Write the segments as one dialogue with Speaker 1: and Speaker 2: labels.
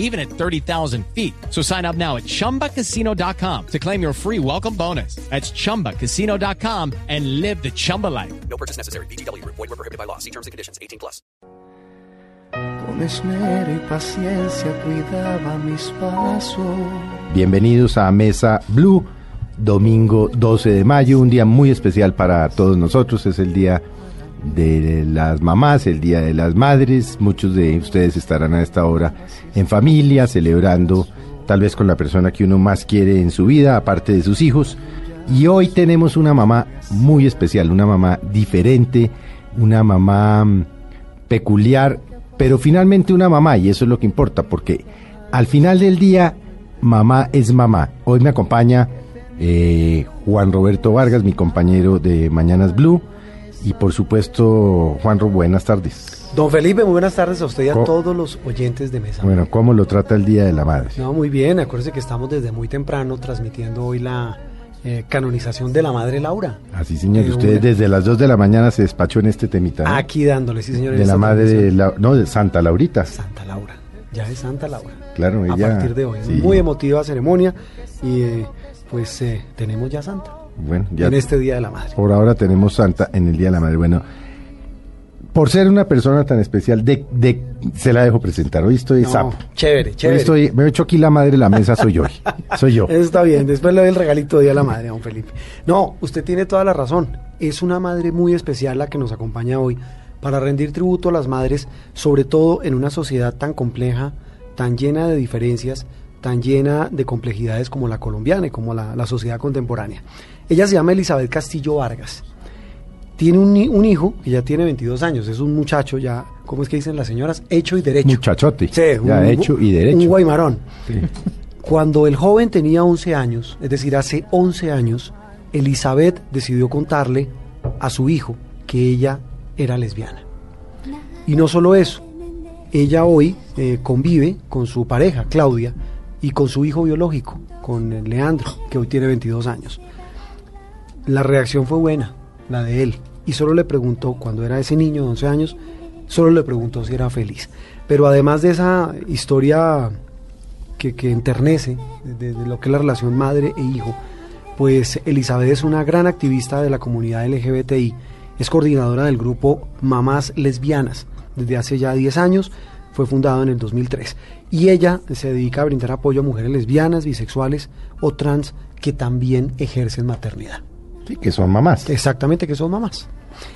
Speaker 1: even at 30,000 feet. So sign up now at ChumbaCasino.com to claim your free welcome bonus. That's ChumbaCasino.com and live the Chumba life.
Speaker 2: No purchase necessary. BGW. Void were prohibited by law. See terms and conditions. 18 plus.
Speaker 3: Con esmero y paciencia cuidaba mis pasos.
Speaker 4: Bienvenidos a Mesa Blue, domingo 12 de mayo, un día muy especial para todos nosotros, es el día de las mamás, el día de las madres, muchos de ustedes estarán a esta hora en familia, celebrando tal vez con la persona que uno más quiere en su vida, aparte de sus hijos. Y hoy tenemos una mamá muy especial, una mamá diferente, una mamá mm, peculiar, pero finalmente una mamá, y eso es lo que importa, porque al final del día, mamá es mamá. Hoy me acompaña eh, Juan Roberto Vargas, mi compañero de Mañanas Blue, y por supuesto, Juan, Ro- buenas tardes.
Speaker 5: Don Felipe, muy buenas tardes a usted y a
Speaker 4: Co-
Speaker 5: todos los oyentes de Mesa.
Speaker 4: Bueno, ¿cómo lo trata el Día de la Madre?
Speaker 5: No, muy bien, acuérdese que estamos desde muy temprano transmitiendo hoy la eh, canonización de la Madre Laura.
Speaker 4: Así, señor,
Speaker 5: Eh,
Speaker 4: usted
Speaker 5: una-
Speaker 4: desde las 2 de la mañana se despachó en este temita. ¿no?
Speaker 5: Aquí dándole, sí señor. en
Speaker 4: De la
Speaker 5: esta
Speaker 4: madre, de
Speaker 5: transmisión.
Speaker 4: la- no, de Santa Laurita.
Speaker 5: Santa Laura, ya es Santa Laura.
Speaker 4: Claro,
Speaker 5: a
Speaker 4: ella.
Speaker 5: partir de hoy,
Speaker 4: sí.
Speaker 5: muy emotiva ceremonia y eh, pues eh, tenemos ya Santa
Speaker 4: Bueno, ya-
Speaker 5: en este Día de la Madre.
Speaker 4: Por ahora tenemos Santa en el Día de la Madre. Bueno, por ser una persona tan especial, de, de- se la dejo presentar. Hoy estoy
Speaker 5: No,
Speaker 4: sapo.
Speaker 5: Chévere,
Speaker 4: Hoy
Speaker 5: chévere.
Speaker 4: estoy, me he hecho aquí la madre de la mesa, soy yo. Soy yo.
Speaker 5: Está bien, después le doy el regalito de día a la madre, don Felipe. No, usted tiene toda la razón. Es una madre muy especial la que nos acompaña hoy para rendir tributo a las madres, sobre todo en una sociedad tan compleja, tan llena de diferencias, tan llena de complejidades como la colombiana y como la, la sociedad contemporánea. Ella se llama Elizabeth Castillo Vargas. Tiene un, ni- un hijo que ya tiene 22 años, es un muchacho ya, ¿cómo es que dicen las señoras? Hecho y derecho.
Speaker 4: Muchachote.
Speaker 5: Sí,
Speaker 4: ya hecho y derecho.
Speaker 5: Un guaymarón.
Speaker 4: Sí.
Speaker 5: Cuando el joven tenía 11 años, es decir, hace 11 años, Elizabeth decidió contarle a su hijo que ella era lesbiana. Y no solo eso, ella hoy eh, convive con su pareja, Claudia, y con su hijo biológico, con eh, Leandro, que hoy tiene 22 años. La reacción fue buena, la de él, y solo le preguntó, cuando era ese niño de 11 años, solo le preguntó si era feliz. Pero además de esa historia que, que enternece de, de lo que es la relación madre e hijo, pues Elizabeth es una gran activista de la comunidad LGBTI, es coordinadora del grupo Mamás Lesbianas desde hace ya 10 años, fue fundado en el 2003 y ella se dedica a brindar apoyo a mujeres lesbianas, bisexuales o trans que también ejercen maternidad.
Speaker 4: Sí, que son mamás.
Speaker 5: Exactamente, que son mamás.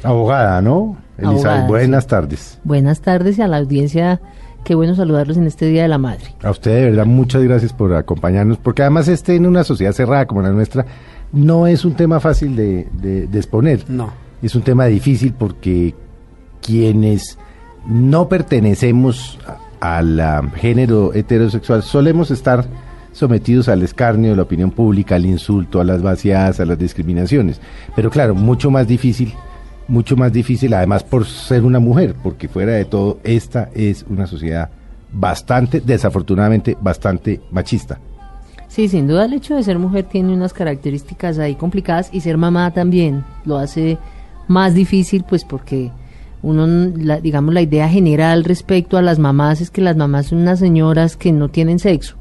Speaker 4: Abogada, ¿no? Elizabeth,
Speaker 6: Abogada,
Speaker 4: buenas tardes.
Speaker 6: Buenas tardes y a la audiencia. Qué bueno saludarlos en este Día de la Madre.
Speaker 4: A usted, de verdad, muchas gracias por acompañarnos, porque además este en una sociedad cerrada como la nuestra no es un tema fácil de, de- de exponer.
Speaker 5: No.
Speaker 4: Es un tema difícil porque quienes no pertenecemos a- al ah, género heterosexual solemos estar sometidos al escarnio de la opinión pública, al insulto, a las vaciadas, a las discriminaciones. Pero claro, mucho más difícil, mucho más difícil además por ser una mujer, porque fuera de todo, esta es una sociedad bastante, desafortunadamente, bastante machista.
Speaker 6: Sí, sin duda el hecho de ser mujer tiene unas características ahí complicadas y ser mamá también lo hace más difícil, pues porque uno, la- digamos, la idea general respecto a las mamás es que las mamás son unas señoras que no tienen sexo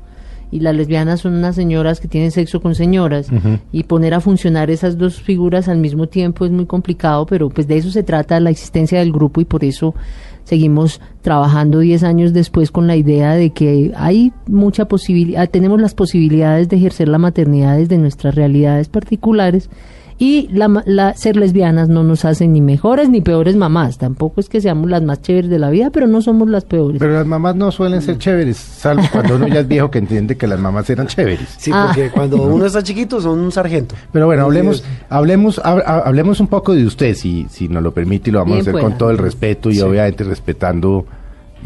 Speaker 6: y las lesbianas son unas señoras que tienen sexo con señoras y poner a funcionar esas dos figuras al mismo tiempo es muy complicado, pero pues de eso se trata la existencia del grupo y por eso seguimos trabajando 10 años después con la idea de que hay mucha posibilidad, tenemos las posibilidades de ejercer la maternidad desde nuestras realidades particulares y la, ma- la- ser lesbianas no nos hace ni mejores ni peores mamás, tampoco es que seamos las más chéveres de la vida, pero no somos las peores.
Speaker 4: Pero las mamás no suelen ser chéveres, salvo cuando uno ya es viejo que entiende que las mamás eran chéveres.
Speaker 5: Sí,
Speaker 6: Ah.
Speaker 5: porque cuando uno está chiquito son un sargento.
Speaker 4: Pero bueno,
Speaker 5: Sí,
Speaker 4: hablemos,
Speaker 5: es-
Speaker 4: hablemos, hab- hab- hablemos un poco de usted, si, si nos lo permite, y lo vamos
Speaker 6: Bien
Speaker 4: a hacer
Speaker 6: pueda.
Speaker 4: con todo el respeto y obviamente respetando,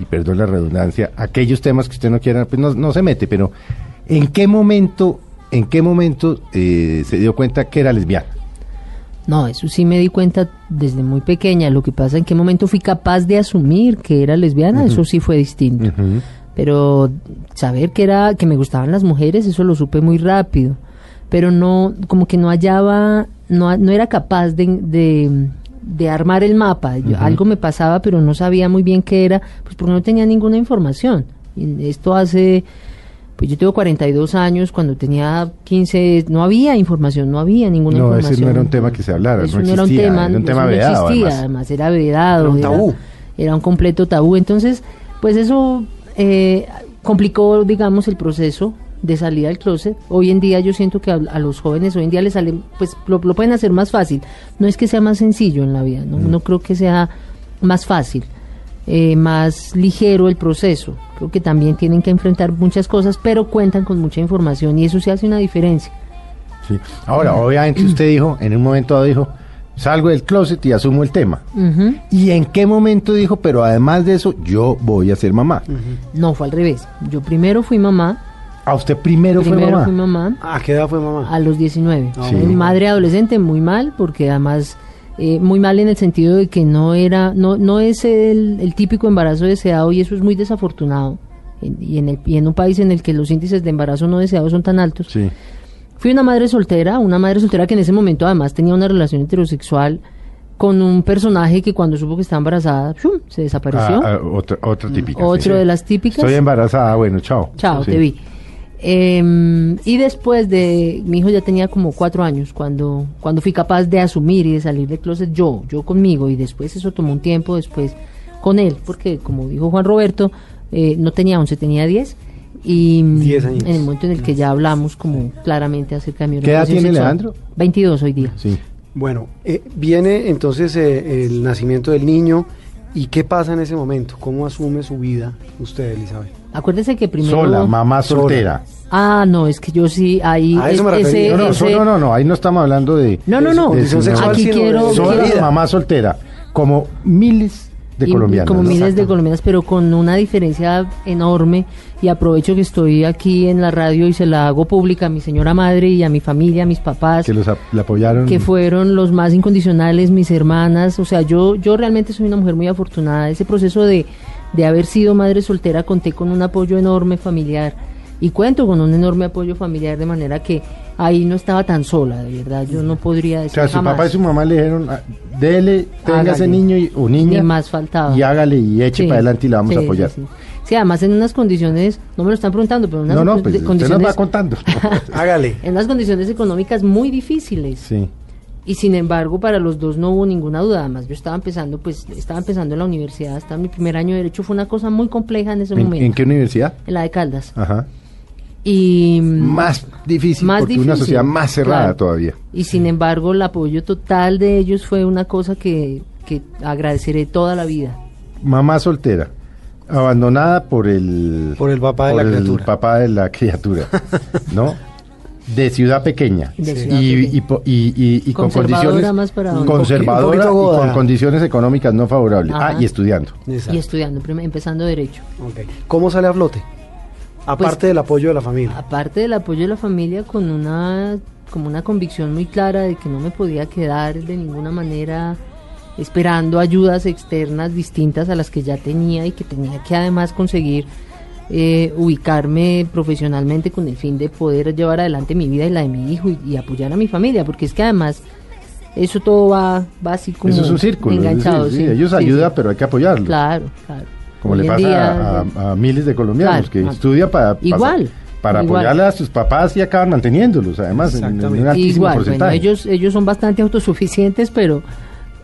Speaker 4: y perdón la redundancia, aquellos temas que usted no quiera, pues no, no se mete, pero ¿en qué momento, en qué momento eh, se dio cuenta que era lesbiana?
Speaker 6: No, eso sí me di cuenta desde muy pequeña. Lo que pasa, en qué momento fui capaz de asumir que era lesbiana, eso sí fue distinto. Pero saber que era que me gustaban las mujeres, eso lo supe muy rápido. Pero no, como que no hallaba, no, no era capaz de, de- de armar el mapa. Yo- Algo me pasaba, pero no sabía muy bien qué era, pues porque no tenía ninguna información. Y esto hace pues yo tengo 42 años, cuando tenía 15 no había información, no había ninguna
Speaker 4: No,
Speaker 6: información.
Speaker 4: ese no era un tema que se hablara,
Speaker 6: Eso
Speaker 4: no
Speaker 6: era un
Speaker 4: existía,
Speaker 6: tema,
Speaker 4: era un
Speaker 6: eso
Speaker 4: tema
Speaker 6: no
Speaker 4: vedado,
Speaker 6: existía,
Speaker 4: además.
Speaker 6: además. era vedado.
Speaker 5: Era un tabú.
Speaker 6: Era, un completo tabú. Entonces, pues eso eh, complicó, digamos, el proceso de salir al closet. Hoy en día yo siento que a, a los jóvenes hoy en día les salen, pues lo, lo pueden hacer más fácil. No es que sea más sencillo en la vida, no,
Speaker 4: Mm.
Speaker 6: no creo que sea más fácil eh, más ligero el proceso. Creo que también tienen que enfrentar muchas cosas, pero cuentan con mucha información y eso sí hace una diferencia.
Speaker 4: Sí. Ahora, obviamente usted dijo, en un momento dado dijo, salgo del closet y asumo el tema.
Speaker 6: Ujú.
Speaker 4: ¿Y en qué momento dijo, pero además de eso, yo voy a ser mamá?
Speaker 6: No, fue al revés. Yo primero fui mamá,
Speaker 4: ¿A usted primero, fue
Speaker 6: primero
Speaker 4: mamá?
Speaker 6: fui mamá
Speaker 5: ¿A qué edad fue mamá?
Speaker 6: a los 19.
Speaker 5: Ah,
Speaker 4: Sí.
Speaker 6: Mi madre adolescente muy mal, porque además eh, muy mal en el sentido de que no era, no, no es el, el típico embarazo deseado y eso es muy desafortunado. En- Y en, el, y en un país en el que los índices de embarazo no deseado son tan altos,
Speaker 4: Sí.
Speaker 6: Fui una madre soltera, una madre soltera que en ese momento además tenía una relación heterosexual con un personaje que cuando supo que estaba embarazada, ¡shum! se desapareció.
Speaker 4: Ah, ah, otra, otra típica.
Speaker 6: Otro de las típicas.
Speaker 4: Estoy embarazada, bueno, chao.
Speaker 6: Chao,
Speaker 4: Sí.
Speaker 6: te vi. Em, y después de mi hijo ya tenía como cuatro años cuando cuando fui capaz de asumir y de salir del closet yo yo conmigo y después eso tomó un tiempo después con él porque como dijo Juan Roberto eh, no tenía 11 tenía 10 y mm,
Speaker 5: Diez años.
Speaker 6: en el momento en el que ya hablamos como claramente acerca de mi
Speaker 4: ¿Qué edad
Speaker 6: orientación
Speaker 4: tiene
Speaker 6: sexual.
Speaker 4: Leandro?
Speaker 6: 22 hoy día
Speaker 4: Sí.
Speaker 5: Bueno, eh, viene entonces eh, el nacimiento del niño. ¿Y qué pasa en ese momento? ¿Cómo asume su vida usted, Elizabeth?
Speaker 6: acuérdese que primero
Speaker 4: Sola, mamá
Speaker 5: Sola.
Speaker 4: soltera.
Speaker 6: ah no es que yo sí ahí
Speaker 5: A eso me
Speaker 6: es-
Speaker 5: refería.
Speaker 4: No, no,
Speaker 6: ese-
Speaker 4: so- no, no, no, ahí no estamos hablando de...
Speaker 6: no no
Speaker 5: de
Speaker 6: no
Speaker 5: su
Speaker 4: decisión sexual,
Speaker 6: aquí
Speaker 5: sino de-
Speaker 6: quiero
Speaker 5: Sola,
Speaker 6: quiero-
Speaker 4: Sola, mamá soltera, como miles de
Speaker 6: Y- y
Speaker 4: colombianos.
Speaker 6: Como miles de
Speaker 5: Exacto.
Speaker 6: colombianas, pero con una diferencia enorme. Y aprovecho que estoy aquí en la radio y se la hago pública a mi señora madre y a mi familia, a mis papás,
Speaker 4: Que los ap- la apoyaron.
Speaker 6: que fueron los más incondicionales, mis hermanas. O sea, yo, yo realmente soy una mujer muy afortunada. Ese proceso de, de haber sido madre soltera conté con un apoyo enorme familiar. Y cuento con un enorme apoyo familiar, de manera que ahí no estaba tan sola, de verdad. Yo no podría
Speaker 4: O
Speaker 6: decir
Speaker 4: sea, su
Speaker 6: jamás.
Speaker 4: papá y su mamá le dijeron, "Ah, dele, tenga ese
Speaker 6: Hágale.
Speaker 4: niño y- o niña.
Speaker 6: Ni más faltaba.
Speaker 4: Y hágale y eche
Speaker 6: Sí.
Speaker 4: para adelante y la vamos
Speaker 6: Sí,
Speaker 4: a apoyar.
Speaker 6: Sí, sí. Sí, además en unas condiciones, no me lo están preguntando, pero en unas
Speaker 4: No, no,
Speaker 6: con-
Speaker 4: pues
Speaker 6: de-
Speaker 4: usted nos
Speaker 6: condiciones,
Speaker 4: va contando.
Speaker 5: Hágale.
Speaker 6: en unas condiciones económicas muy difíciles.
Speaker 4: sí.
Speaker 6: Y sin embargo, para los dos no hubo ninguna duda. Además, yo estaba empezando, pues, estaba empezando en la universidad, hasta mi primer año de derecho fue una cosa muy compleja en ese
Speaker 4: ¿En,
Speaker 6: momento.
Speaker 4: en qué universidad?
Speaker 6: En la de Caldas.
Speaker 4: Ajá.
Speaker 6: Y
Speaker 4: Más difícil,
Speaker 6: Más
Speaker 4: porque una
Speaker 6: difícil,
Speaker 4: sociedad más cerrada
Speaker 6: claro.
Speaker 4: todavía.
Speaker 6: Y sin embargo, el apoyo total de ellos fue una cosa que, que agradeceré toda la vida.
Speaker 4: Mamá soltera, abandonada por el...
Speaker 5: Por el papá de
Speaker 4: por
Speaker 5: la
Speaker 4: el
Speaker 5: criatura.
Speaker 4: papá de la criatura, ¿no? De ciudad pequeña.
Speaker 6: De
Speaker 4: Sí.
Speaker 6: ciudad
Speaker 4: y,
Speaker 6: pequeña.
Speaker 4: y po- y- y- y con
Speaker 6: Conservadora
Speaker 4: condiciones...
Speaker 6: más para abajo.
Speaker 4: conservadora
Speaker 5: Un poquito
Speaker 4: y con
Speaker 5: goda.
Speaker 4: condiciones económicas no favorables.
Speaker 6: Ajá.
Speaker 4: Ah, y estudiando.
Speaker 5: Exacto.
Speaker 6: Y estudiando, prim- empezando derecho.
Speaker 5: Ok. ¿Cómo sale a flote? Aparte
Speaker 6: Pues,
Speaker 5: del apoyo de la familia.
Speaker 6: Aparte del apoyo de la familia, con una, como una convicción muy clara de que no me podía quedar de ninguna manera esperando ayudas externas distintas a las que ya tenía y que tenía que además conseguir eh, ubicarme profesionalmente con el fin de poder llevar adelante mi vida y la de mi hijo y, y apoyar a mi familia, porque es que además eso todo va, va así como
Speaker 4: Eso es un círculo. es decir,
Speaker 6: enganchado.
Speaker 4: sí,
Speaker 6: sí,
Speaker 4: ellos
Speaker 6: sí,
Speaker 4: ayudan,
Speaker 6: sí.
Speaker 4: pero hay que apoyarlos.
Speaker 6: Claro, claro.
Speaker 4: Como
Speaker 6: Hoy
Speaker 4: le
Speaker 6: en
Speaker 4: pasa
Speaker 6: día, pues,
Speaker 4: a, a- a miles de colombianos
Speaker 6: Claro,
Speaker 4: que
Speaker 6: claro.
Speaker 4: estudian para, para-
Speaker 6: Igual,
Speaker 4: para
Speaker 6: igual.
Speaker 4: apoyarle a sus papás y acaban manteniéndolos, además, en- en, un
Speaker 5: Exactamente.
Speaker 4: altísimo
Speaker 6: Igual, bueno,
Speaker 4: porcentaje.
Speaker 6: ellos, ellos son bastante autosuficientes, pero,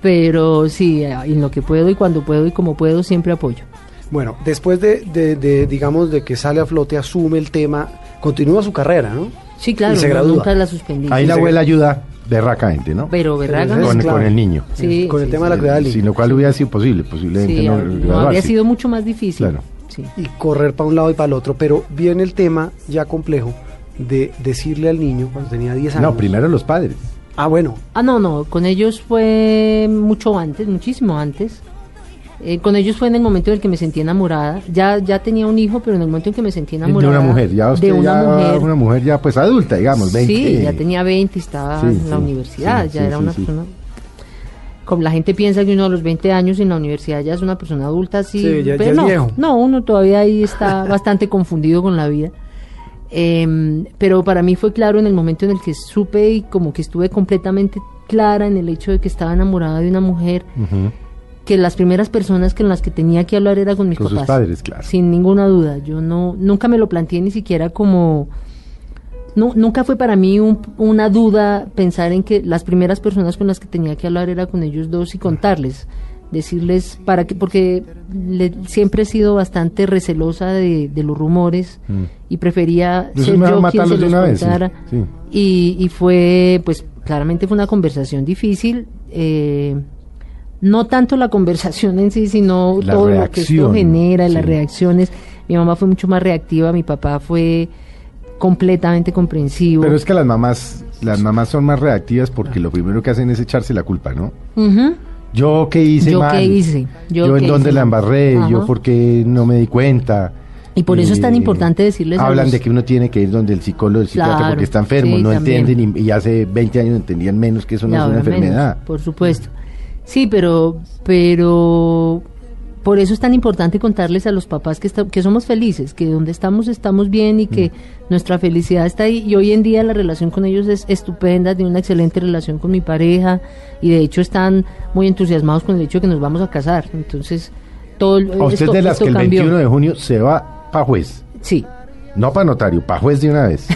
Speaker 6: pero sí, eh, en lo que puedo y cuando puedo y como puedo, siempre apoyo.
Speaker 5: Bueno, después de, de- de, digamos, de que sale a flote, asume el tema, continúa su carrera, ¿no?
Speaker 6: Sí, claro,
Speaker 5: Y se
Speaker 6: no,
Speaker 5: gradúa.
Speaker 6: nunca la suspendí.
Speaker 4: Ahí
Speaker 6: Sí,
Speaker 4: la
Speaker 6: sí.
Speaker 4: abuela ayuda berracamente, ¿no?
Speaker 6: Pero Berraga
Speaker 5: Entonces,
Speaker 4: con,
Speaker 5: claro.
Speaker 4: con el niño. Eh,
Speaker 6: Sí,
Speaker 5: Con el
Speaker 6: sí,
Speaker 5: tema
Speaker 6: sí.
Speaker 5: de la cuidad del niño.
Speaker 4: Sin lo cual hubiera sido posible, posiblemente
Speaker 6: Sí,
Speaker 4: no,
Speaker 6: hab- no,
Speaker 4: graduarse.
Speaker 6: habría sido mucho más difícil.
Speaker 4: Claro.
Speaker 6: Sí.
Speaker 5: y correr para un lado y para el otro, pero viene el tema ya complejo de decirle al niño cuando tenía 10 años.
Speaker 4: No, primero los padres.
Speaker 5: Ah, bueno,
Speaker 6: Ah, no, no, con ellos fue mucho antes, muchísimo antes. Eh, con ellos fue en el momento en el que me sentí enamorada. Ya, ya tenía un hijo, pero en el momento en que me sentí
Speaker 4: de
Speaker 6: enamorada.
Speaker 4: una mujer, ya usted
Speaker 6: de una
Speaker 4: ya
Speaker 6: mujer.
Speaker 4: una mujer ya pues adulta, digamos, 20.
Speaker 6: Sí, ya tenía 20, estaba
Speaker 4: Sí,
Speaker 6: en la
Speaker 4: sí,
Speaker 6: universidad,
Speaker 4: sí,
Speaker 6: ya
Speaker 4: sí,
Speaker 6: era
Speaker 4: sí,
Speaker 6: una
Speaker 4: sí.
Speaker 6: persona Como la gente piensa que uno a los 20 años en la universidad ya es una persona adulta, así,
Speaker 5: Sí, ya- ya
Speaker 6: pero
Speaker 5: es
Speaker 6: no,
Speaker 5: viejo.
Speaker 6: no, uno todavía ahí está bastante confundido con la vida. Em, pero para mí fue claro en el momento en el que supe y como que estuve completamente clara en el hecho de que estaba enamorada de una mujer, que las primeras personas con las que tenía que hablar era con mis
Speaker 4: Con sus
Speaker 6: papás.
Speaker 4: padres, claro.
Speaker 6: Sin ninguna duda. Yo no, nunca me lo planteé ni siquiera como nu- nunca fue para mí un- una duda pensar en que las primeras personas con las que tenía que hablar era con ellos dos y contarles, decirles para que, porque le- siempre he sido bastante recelosa de, de los rumores y prefería
Speaker 4: Mm. Eso es
Speaker 6: ser
Speaker 4: mejor
Speaker 6: yo quien se
Speaker 4: matarlos de
Speaker 6: los
Speaker 4: una vez, sí,
Speaker 6: contara.
Speaker 4: sí.
Speaker 6: Y, y fue, pues, claramente fue una conversación difícil. eh, no tanto la conversación en sí, sino
Speaker 4: La
Speaker 6: todo lo que esto
Speaker 4: reacción,
Speaker 6: genera, las
Speaker 4: sí.
Speaker 6: reacciones. Mi mamá fue mucho más reactiva, mi papá fue completamente comprensivo.
Speaker 4: Pero es que las mamás, las mamás son más reactivas porque
Speaker 6: Ah.
Speaker 4: lo primero que hacen es echarse la culpa, ¿no?
Speaker 6: Ujú.
Speaker 4: Yo qué hice
Speaker 6: Yo
Speaker 4: mal.
Speaker 6: qué hice,
Speaker 4: Yo,
Speaker 6: yo
Speaker 4: en
Speaker 6: qué
Speaker 4: dónde
Speaker 6: hice
Speaker 4: la
Speaker 6: mal.
Speaker 4: embarré. Yo
Speaker 6: Ajá.
Speaker 4: por qué no me di cuenta. Eh,
Speaker 6: Y por eso es tan importante decirles a
Speaker 4: Hablan
Speaker 6: los-
Speaker 4: de que uno tiene que ir donde el psicólogo, el psiquiatra,
Speaker 6: Claro,
Speaker 4: porque está enfermo,
Speaker 6: sí,
Speaker 4: no
Speaker 6: también.
Speaker 4: entienden y, y hace 20 años entendían menos que eso no es
Speaker 6: Y
Speaker 4: una
Speaker 6: ahora menos,
Speaker 4: enfermedad.
Speaker 6: por supuesto. Sí, pero, pero por eso es tan importante contarles a los papás que, esta- que somos felices, que donde estamos estamos bien y que
Speaker 4: Mm.
Speaker 6: nuestra felicidad está ahí. Y hoy en día la relación con ellos es estupenda, tengo una excelente relación con mi pareja y de hecho están muy entusiasmados con el hecho de que nos vamos a casar. Entonces, todo
Speaker 4: A usted
Speaker 6: esto-
Speaker 4: de las
Speaker 6: esto
Speaker 4: que el
Speaker 6: cambió.
Speaker 4: 21 de junio se va para juez.
Speaker 6: Sí,
Speaker 4: No para notario, para juez de una vez.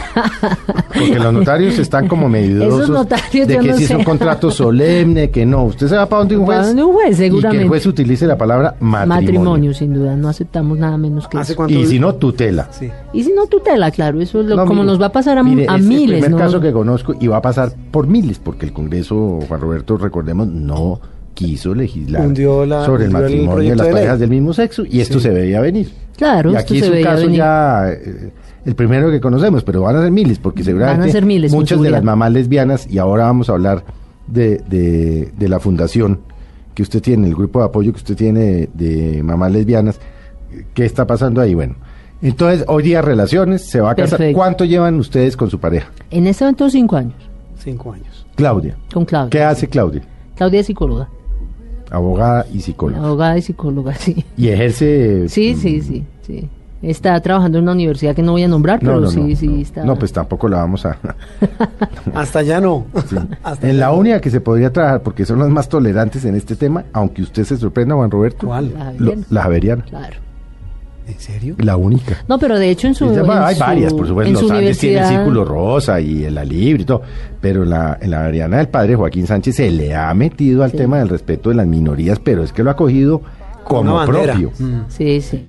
Speaker 4: Porque los notarios están como medidosos
Speaker 6: Esos notarios
Speaker 4: de
Speaker 6: yo
Speaker 4: que
Speaker 6: no
Speaker 4: si es un
Speaker 6: sé.
Speaker 4: contrato solemne, que no. Usted se va para donde un
Speaker 6: Pa'
Speaker 4: juez.
Speaker 6: donde un juez,
Speaker 4: Y que el
Speaker 6: seguramente.
Speaker 4: juez utilice la palabra matrimonio.
Speaker 6: matrimonio, sin duda, no aceptamos nada menos que
Speaker 5: ¿Hace
Speaker 6: eso.
Speaker 5: cuánto?
Speaker 4: Y si no, tutela.
Speaker 5: Sí.
Speaker 6: Y si no tutela, claro, eso es lo,
Speaker 4: No,
Speaker 6: como
Speaker 4: mire,
Speaker 6: nos va a pasar a,
Speaker 4: mire,
Speaker 6: a
Speaker 4: es
Speaker 6: miles.
Speaker 4: el primer
Speaker 6: ¿no?
Speaker 4: caso que conozco y va a pasar por miles, porque el Congreso, Juan Roberto, recordemos, no quiso legislar
Speaker 5: Hundió la-
Speaker 4: sobre el
Speaker 5: hundió el
Speaker 4: matrimonio de
Speaker 5: proyecto
Speaker 4: las
Speaker 5: de ley.
Speaker 4: parejas del mismo sexo y esto se veía venir.
Speaker 6: Claro,
Speaker 4: y
Speaker 6: esto
Speaker 4: aquí
Speaker 6: se
Speaker 4: es un
Speaker 6: veía
Speaker 4: caso
Speaker 6: venir.
Speaker 4: ya eh, el primero que conocemos, pero van a ser miles, porque seguramente
Speaker 6: Van a ser miles, con
Speaker 4: muchas de
Speaker 6: seguridad.
Speaker 4: las mamás lesbianas, y ahora vamos a hablar de, de- de la fundación que usted tiene, el grupo de apoyo que usted tiene de, de mamás lesbianas, ¿qué está pasando ahí? Bueno, entonces hoy día relaciones, se va a casar.
Speaker 6: Perfecto.
Speaker 4: ¿Cuánto llevan ustedes con su pareja?
Speaker 6: En este momento cinco años,
Speaker 5: Cinco años.
Speaker 4: Claudia.
Speaker 6: con Claudia.
Speaker 4: ¿Qué hace Claudia?
Speaker 6: Claudia es psicóloga,
Speaker 4: Abogada y psicóloga.
Speaker 6: abogada y psicóloga, sí.
Speaker 4: Y ejerce...
Speaker 6: Sí,
Speaker 4: mm,
Speaker 6: sí, sí, sí. Está trabajando en una universidad que no voy a nombrar,
Speaker 4: No,
Speaker 6: pero
Speaker 4: no,
Speaker 6: sí,
Speaker 4: no,
Speaker 6: sí
Speaker 4: no.
Speaker 6: está.
Speaker 4: No, pues tampoco la vamos a...
Speaker 5: Hasta ya no. Hasta
Speaker 4: En
Speaker 5: ya
Speaker 4: la
Speaker 5: no.
Speaker 4: única que se podría trabajar, porque son las más tolerantes en este tema, aunque usted se sorprenda, Juan Roberto.
Speaker 5: ¿Cuál?
Speaker 6: La
Speaker 4: lo-
Speaker 6: Javeriana.
Speaker 4: la Javeriana.
Speaker 6: Claro.
Speaker 5: ¿En serio?
Speaker 4: La única.
Speaker 6: No, pero de hecho en su.
Speaker 4: Ella- bueno,
Speaker 6: en
Speaker 4: hay
Speaker 6: su-
Speaker 4: varias, por supuesto.
Speaker 6: en
Speaker 4: Los
Speaker 6: su
Speaker 4: Andes tiene el
Speaker 6: universidad-
Speaker 4: Círculo Rosa y en la Libre y todo. Pero en la, en la Javeriana del padre Joaquín Sánchez se le ha metido al tema del respeto de las minorías, pero es que lo ha cogido
Speaker 5: Una
Speaker 4: como
Speaker 5: bandera.
Speaker 4: propio.
Speaker 5: Mm.
Speaker 6: Sí, sí.